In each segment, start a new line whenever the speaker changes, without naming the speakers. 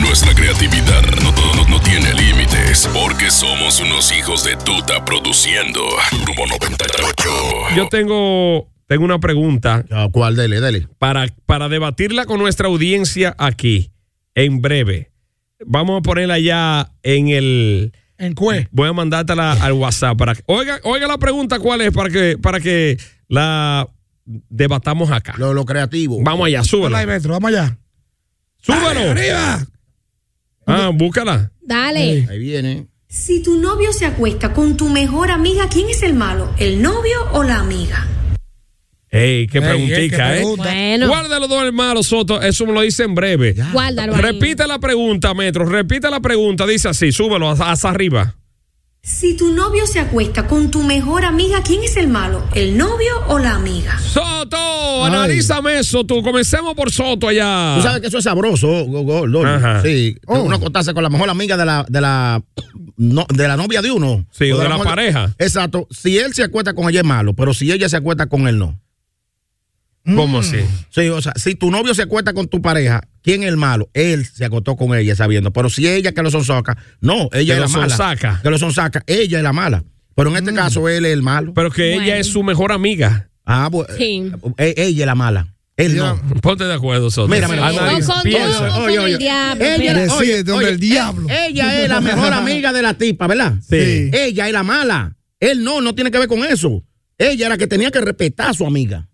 Nuestra creatividad no, no- no tiene límites porque somos unos hijos de tuta produciendo Turbo 98.
Yo tengo, tengo una pregunta.
¿Cuál? Dele, dele.
para, para debatirla con nuestra audiencia aquí, en breve. Vamos a ponerla ya en el.
En Cue.
Voy a mandártela al WhatsApp. Para, que- oiga, oiga la pregunta cuál es para que, para que la debatamos acá.
Lo, lo creativo.
Vamos allá,
Hola,
súbela.
Metro, vamos allá.
¡Súbelo! ¡Arriba! Ah, búscala.
Dale.
Ahí viene.
Si tu novio se acuesta con tu mejor amiga, ¿quién es el malo? ¿El novio o la amiga?
¡Ey, qué
Ey, ey,
preguntica,
qué
eh!
pregunta.
Bueno,
¿Cuál de los dos hermanos, Soto? Eso me lo dice en breve.
guárdalo. ahí.
Repite la pregunta, Metro. Repite la pregunta. Dice así, súbelo hasta- hasta arriba.
Si tu novio se acuesta con tu mejor amiga, ¿quién es el malo? ¿El novio o la amiga?
Soto, analízame eso tú. Comencemos por Soto allá.
Tú sabes que eso es sabroso, go- go- Lolo.
Ah. Ajá.
Sí.
Oh.
Uno acostarse con la mejor amiga de la, de la, no- de la novia de uno.
Sí, o de la
mujer-
pareja.
Exacto. Si él se acuesta con ella es malo, pero si ella se acuesta con él no. Mm.
¿Cómo así?
Sí, o sea, si tu novio se acuesta con tu pareja, ¿quién es el malo? Él se acostó con ella sabiendo. Pero si ella que lo sonsaca, no, ella
Que
es la
lo
mala.
sonsaca.
Que lo sonsaca, ella es la mala. Pero en
Mm.
este caso, él es el malo.
Pero que
Bueno.
ella es su mejor amiga.
ah, pues,
Sí.
eh, ella es la mala. Él no.
Ponte de acuerdo, Soto.
Mira,
Ah,
mira.
O
Analiza,
con
piensa.
todo, o con el diablo.
Ella,
espera.
Decide, hombre, el diablo.
eh, Ella es la mejor amiga de la tipa, ¿verdad?
Sí.
Ella es la mala. Él no, no tiene que ver con eso. Ella era la que tenía que respetar a su amiga.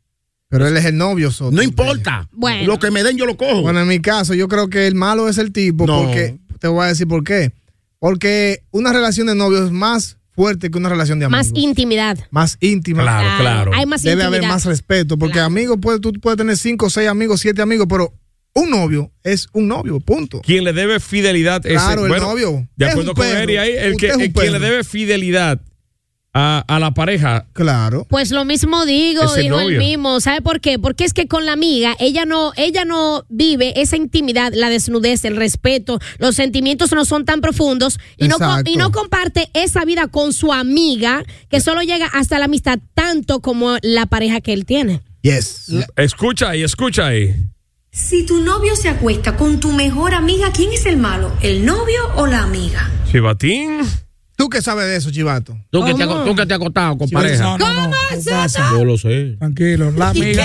Pero él es el novio, Soto.
No importa.
Bueno.
Lo que me den yo lo cojo.
Bueno, en mi caso, yo creo que el malo es el tipo,
No.
porque te voy a decir por qué. Porque una relación de novios es más fuerte que una relación de amigos.
Más intimidad.
más íntima.
Claro, claro.
Hay más
Debe
intimidad.
haber más respeto, porque amigos, puede, tú puedes tener cinco, seis amigos, siete amigos, pero un novio es un novio, punto.
Quien le debe fidelidad es
Claro, el novio.
De
Es
acuerdo
un
con
perro.
Eri ahí, el que,
Usted es un
el quien le
perro.
debe fidelidad a, a la pareja.
Claro.
Pues lo mismo digo,
Es el
dijo él
novio.
mismo. ¿Sabe por qué? Porque es que con la amiga, ella no, ella no vive esa intimidad, la desnudez, el respeto, los sentimientos no son tan profundos y, no, com-
Exacto.
y no comparte esa vida con su amiga, que solo llega hasta la amistad tanto como la pareja que él tiene.
Yes.
Escucha ahí, escucha ahí.
Si tu novio se acuesta con tu mejor amiga, ¿quién es el malo? ¿El novio o la amiga?
Chivatín.
¿Tú qué sabes de eso, Chivato?
Tú, que te, aco- tú que te has acostado con
No,
pareja.
no, no.
Yo lo sé.
Tranquilo, la amiga.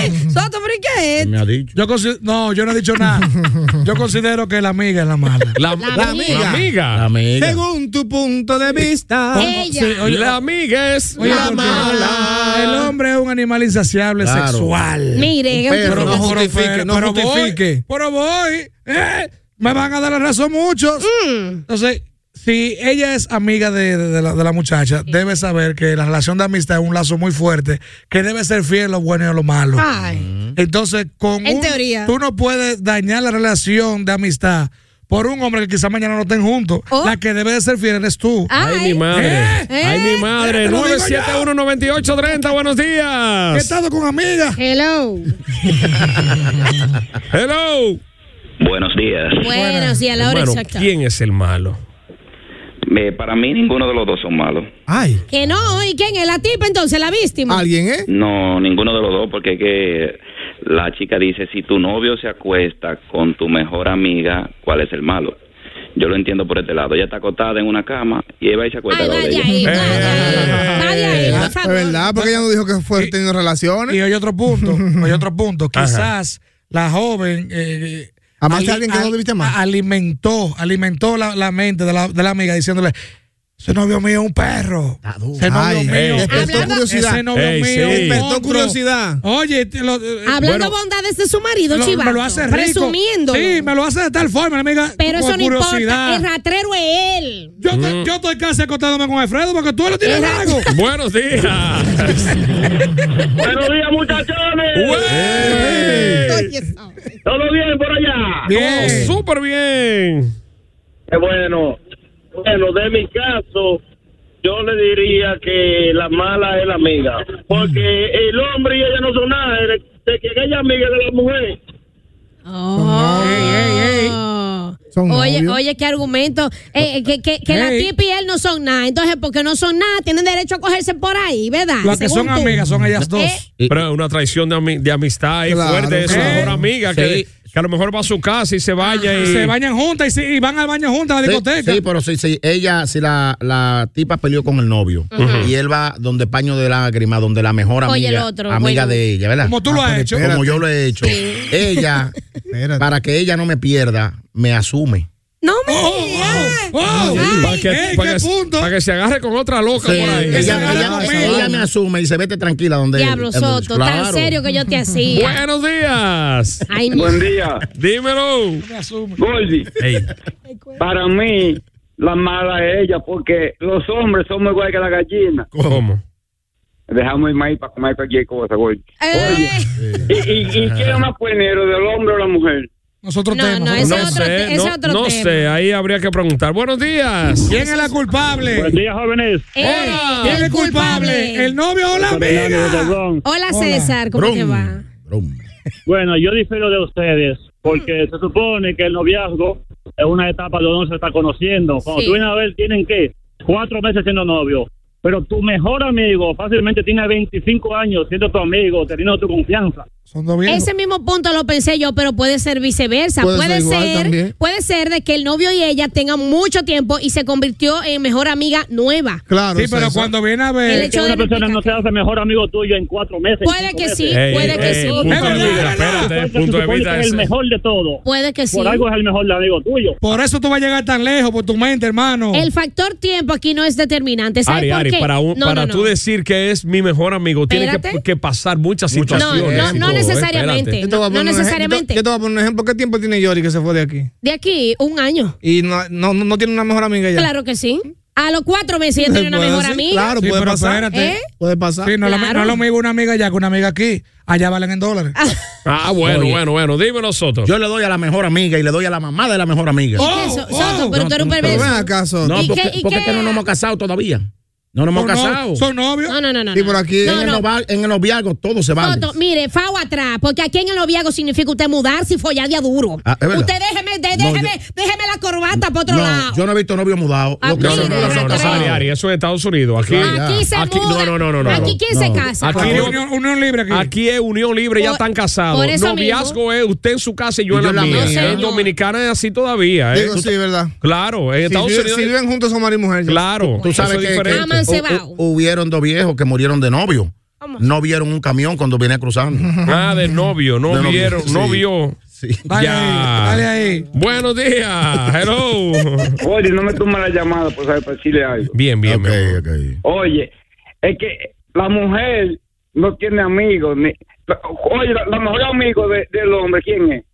él Me ha dicho.
Yo consi- no, yo no he dicho nada. Yo considero que la amiga es la mala.
La, la
amiga.
La
La
amiga.
amiga.
Según tu punto de vista.
Ella.
Sí, oye,
La amiga es
oye,
la
porque
mala.
El hombre es un animal insaciable
Claro.
sexual.
Mire,
Un perro,
Pero
no
pero-
justifique, no
pero voy-
justifique.
pero voy. eh, me van a dar la razón muchos.
Mm.
Entonces, si ella es amiga de, de- de la, de la muchacha, debe saber que la relación de amistad es un lazo muy fuerte, que debe ser fiel a lo bueno y a lo malo. Entonces, con
Ah. En
un-
teoría.
tú no puedes dañar la relación de amistad por un hombre que quizá mañana no estén juntos.
Oh.
La que debe de ser fiel eres tú.
Ay, mi madre. Ay, mi madre.
Te lo digo
9719830. Buenos
He
días.
estado con amigas.
Hello.
Hello.
Buenos días.
Bueno, sí, a la hora
Bueno,
exacta.
¿quién es el malo?
Eh, para mí ninguno de los dos son malos.
Ay.
Que no, ¿y quién es la tipa entonces, la víctima?
¿Alguien, eh?
No, ninguno de los dos, porque es que la chica dice, si tu novio se acuesta con tu mejor amiga, ¿cuál es el malo? Yo lo entiendo por este lado. Ella está acotada en una cama y ella se acuesta
Ay, eh,
al lado
va
de
de
ella.
ahí, va de
Eh,
ahí. Va de ahí, eh, por
Es
favor.
verdad, porque ella no dijo que fue
Y-
teniendo relaciones.
Y hay otro punto, hay otro punto. Quizás la joven eh,
Amaste a alguien que no
debiste amar. Alimentó, alimentó la, la mente de la, de la amiga diciéndole. Ese novio mío es un perro. Ese novio
Ay,
mío.
despertó Hablando- curiosidad.
Ese novio
Ey,
mío.
sí.
es un
Despertó
monstruo.
curiosidad.
Oye, te lo- eh,
Hablando
bueno,
bondades de su marido,
lo-
Chivato.
me lo hace rico.
Presumiendo.
Sí, me lo hace de tal forma, amiga.
Pero
con
eso no importa.
curiosidad.
El ratrero es él.
Yo,
Mm.
estoy- yo estoy casi acostándome con Alfredo porque tú lo tienes
Era-
largo.
Buenos días.
Buenos días, muchachones. ¿Todo bien por allá?
Bien. súper bien.
Qué bueno. Bueno, de mi caso, yo le diría que la mala es la amiga. Porque el hombre y ella no son nada. el- De que ella es amiga de la mujer.
Oh.
Oye, oye, qué argumento. Eh, eh, que que, que la
Ey.
tipa y él no son nada. Entonces, porque no son nada, tienen derecho a cogerse por ahí, ¿verdad?
Las que
Según
son
tú.
amigas son ellas dos.
Eh,
Pero una traición de, ami- de amistad es
Claro,
fuerte. Es
claro.
mejor amiga que, que a lo mejor va a su casa y se vaya.
Eh,
Y...
Se bañan juntas y, se- y van al baño juntas a la
Sí,
discoteca.
Sí, pues. pero si ella, si la, la tipa peleó con el novio
Ujú.
y él va donde paño de lágrimas, donde la mejor amiga,
Oye, el otro,
amiga
bueno.
de ella, ¿verdad? Ah,
Como tú lo has
pero
hecho.
Como
Espérate.
yo lo he hecho. Ella, para que ella no me pierda, me asume.
No me
Oh, Para que, para que- para que se agarre con otra loca
Sí,
por ahí.
Ella, ella- ella me asume y se vete tranquila donde
Diablo
él- en donde-
Soto, tan
Claro.
serio que yo te hacía.
Buenos días.
Ay, mi-
Buen día.
Dímelo.
Gordy. Para mí, la mala es ella, porque los hombres somos igual que la gallina.
¿Cómo?
Dejamos el maíz para comer cualquier cosa, Gordy.
Oye.
¿Y, y, y quién es más cuernero, del hombre o la mujer?
Nosotros
No,
tenemos.
no,
No sé, no, no sé, ahí habría que preguntar. Buenos días.
¿Quién es la culpable?
Buen
día, jóvenes.
¿Quién es el culpable? ¿El novio o la amiga?
Hola César, ¿cómo te va?
Bueno, yo difiero de ustedes, porque
Mm.
se supone que el noviazgo es una etapa donde uno se está conociendo. Cuando
Sí.
tú vienes a ver, tienen que cuatro meses siendo novio. Pero tu mejor amigo fácilmente tiene 25 años siendo tu amigo, teniendo tu confianza.
Son dos
Ese mismo punto lo pensé yo, pero puede ser viceversa.
Puede
Puede,
ser igual
ser,
también.
puede ser de que el novio y ella tengan mucho tiempo y se convirtió en mejor amiga nueva.
sí, pero cuando
viene a
El
ver
hecho
que una
de
persona no se hace mejor amigo tuyo en cuatro meses.
Puede
cinco
que
meses.
sí,
Ey, puede que ey, sí. punto
Es
de
verdad,
vista,
es verdad.
espérate,
Se
punto de
supone
vista
que es
ese.
el mejor de todo.
Puede que sí.
Por algo es el mejor de amigo tuyo.
Por eso tú vas a llegar tan lejos por tu mente, hermano.
El factor tiempo aquí no es determinante. ¿Sabes
Ari,
por
Ari,
qué?
para, un-
No,
para
no,
tú
no.
decir que es mi mejor amigo, tiene que,
Espérate.
que pasar muchas situaciones.
No, no,
y
no
todo, ¿eh?
necesariamente.
Espérate.
Yo te voy a
No
poner un ej-
necesariamente.
Yo te voy a poner un ejemplo. ¿Qué tiempo tiene Yori que se fue de aquí?
De aquí, un año.
Y no, no, no tiene una mejor amiga ya.
Claro que sí. A los cuatro meses ya tiene una
Puede
mejor
ser,
amiga.
Claro,
pues.
puede pasar.
espérate. ¿Eh?
Puede pasar.
Sí, no, es lo mi-
Claro.
no es lo mismo una amiga allá que una amiga aquí. Allá valen en dólares.
Ah, bueno,
Oye.
bueno, bueno. Dime nosotros.
Yo le doy a la mejor amiga y le doy a la mamá de la mejor amiga.
Oh,
¿Y qué,
Oh,
So- Soto? Pero tú eres un
pero
perverso.
ven acá, Soto. No,
¿Y
porque,
qué- y
porque
qué?
es que no nos hemos casado todavía. No nos hemos
Son no-
casado.
son novios.
No, no, no, no,
Y
no.
por aquí
No,
en,
no.
El noval- en el noviazgo todo se vale.
Soto, mire, fao atrás, porque aquí en el noviazgo significa usted mudarse y follar de a duro.
Ah, es verdad.
usted déjeme, de-
No,
déjeme, déjeme la corbata para otro
No,
lado.
yo no he visto novio mudado.
Ah,
Lo que
No, no,
son-
no, no, no, no,
casados.
Ari, Ari, eso es Estados Unidos. Aquí,
Aquí se
no,
muda.
no, no, no, no.
Aquí quién se
No.
casa.
Aquí,
Por-
es
Unión-
libre aquí.
es unión libre, ya
Por-
están casados.
por eso
Noviazgo es usted en su casa y yo
Y
en
yo
la
en la
mía.
mía.
En
Señor.
Dominicana es así todavía. ¿eh?
Digo,
Tú-
sí, verdad.
Claro, en
Si
Estados
viven-
Unidos.
si viven juntos son marido y mujer. ya.
Claro.
Tú sabes
Eso es
que,
diferente.
que hu- hu- hubieron dos viejos que murieron de novio. No vieron un camión cuando venía cruzando.
Ah, de novio, no
De novio,
vieron, no
sí.
vio.
Dale
Ya.
ahí, dale ahí.
Buenos días, hello.
Oye, no me toma la llamada, pues, ¿sabes? Para decirle algo.
Bien, bien. mi amor.
Oye, es que la mujer no tiene amigos. Ni, la- oye, la, la mejor amigo de- del hombre, ¿quién es?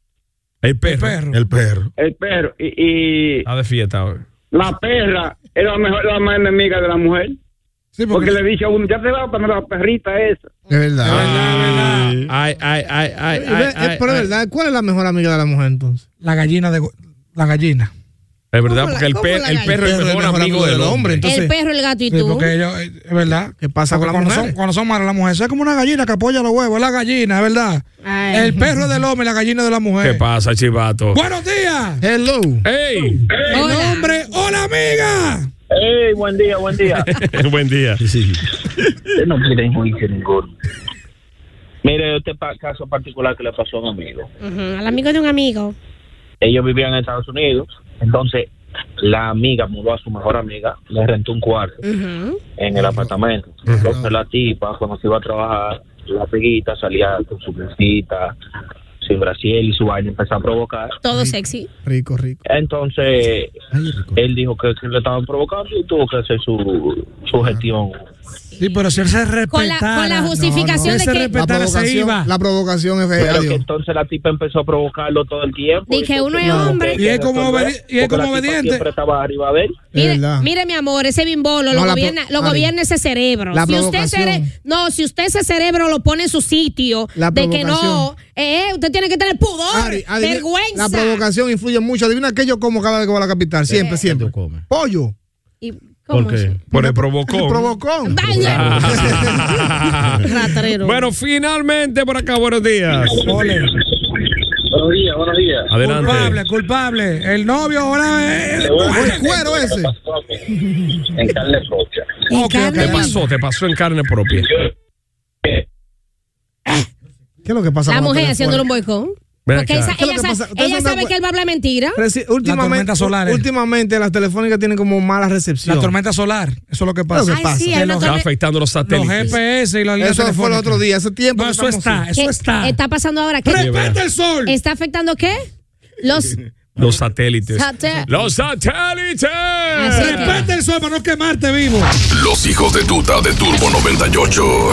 El perro. El
perro. El perro.
El perro. Y, y
Está de fiesta hoy.
la perra es la mejor, la más enemiga de la mujer. porque, le dice a uno, ya te va a poner la perrita esa.
Es verdad.
Ay, ay, ay, ay, ay,
Es
ay,
ver- es- pero es
ay.
verdad, ¿cuál es la mejor amiga de la mujer entonces?
La gallina de. La gallina.
Es verdad, porque el,
cómo
per-
la
el perro es el mejor amigo del hombre.
el perro, el gato y
Sí,
tú.
porque ellos, eh, es verdad. ¿Qué
pasa con las
cuando son,
mujeres?
cuando son malas las mujeres? Es como una gallina que apoya los huevos, es la gallina, es verdad.
Ay.
Eh,
El perro es del hombre, la gallina es de la mujer.
¿Qué pasa, chivato?
Buenos días.
Hello.
¡Ey!
El hombre, hola amiga.
Ey, buen día, buen día.
Buen día.
Ustedes no tienen juicio ninguno. Mire, este pa- caso particular que le pasó a un amigo.
Ujú, Al amigo de un amigo.
Ellos vivían en Estados Unidos, entonces la amiga mudó a su mejor amiga, le rentó un cuarto
Ujú.
en el apartamento. Entonces la tipa, cuando se iba a trabajar, la peguita salía con su visita,
sin Brasil y su vaina, empezó a provocar.
Todo sexy.
Rico, rico.
Entonces, él dijo que, que lo estaban provocando y tuvo que hacer su, su gestión.
Sí, pero si él se respetara.
Con la, con la justificación
no, no,
de que.
ese respetara se iba.
La provocación es fea.
Pero que
Dios.
entonces la tipa empezó a provocarlo todo el tiempo.
Dije,
Dije,
uno es hombre.
Y es como obedi- y es como obediente.
Siempre estaba arriba de él.
Mire,
verdad.
mire, mi amor, ese bimbolo lo,
No, la pro-
gobierna, lo
Ari,
gobierna ese cerebro.
la
si usted
provocación.
cere- no, si usted ese cerebro lo pone en su sitio,
La
de que no,
provocación.
eh, eh, usted tiene que tener pudor,
Ari, adivina- La
vergüenza.
provocación influye mucho. Adivina qué yo como cada vez que voy a la capital.
Eh.
Siempre, siempre. Pollo.
¿Y cómo es?
Por el provocó.
Provocón.
Ratrero.
bueno, finalmente por acá, buenos días.
Buenos días, buenos días.
Adelante.
Culpable, culpable. El novio ahora es.
El cuero ese.
En carne propia.
Ok, ok. Te pasó, te pasó en carne propia.
¿Qué es lo que pasa?
La
con
mujer
pelea
haciéndole un
fuera?
boicot.
Ven
Porque
acá.
esa-
¿Qué es lo
ella,
que
sa-
pasa? Ustedes
ella
son
sabe
tan-
que él va a hablar mentira.
Reci- últimamente,
tormentas solares.
últimamente las telefónicas tienen como mala recepción.
eh. La tormenta solar. Eso es lo que pasa.
Lo que Ay, pasa. sí, hay
Que
una
los,
Está afectando los
los
satélites.
GPS y los
Eso fue el otro día, hace tiempo.
No,
que
eso
estamos
está,
así.
eso
¿Qué
está.
está pasando ahora? ¿Qué?
Respeta
el sol!
¿Está afectando qué? Los
Los satélites.
Satel-
Los satélites.
Respeta el sol para no quemarte vivo.
Los hijos de tuta de Turbo 98.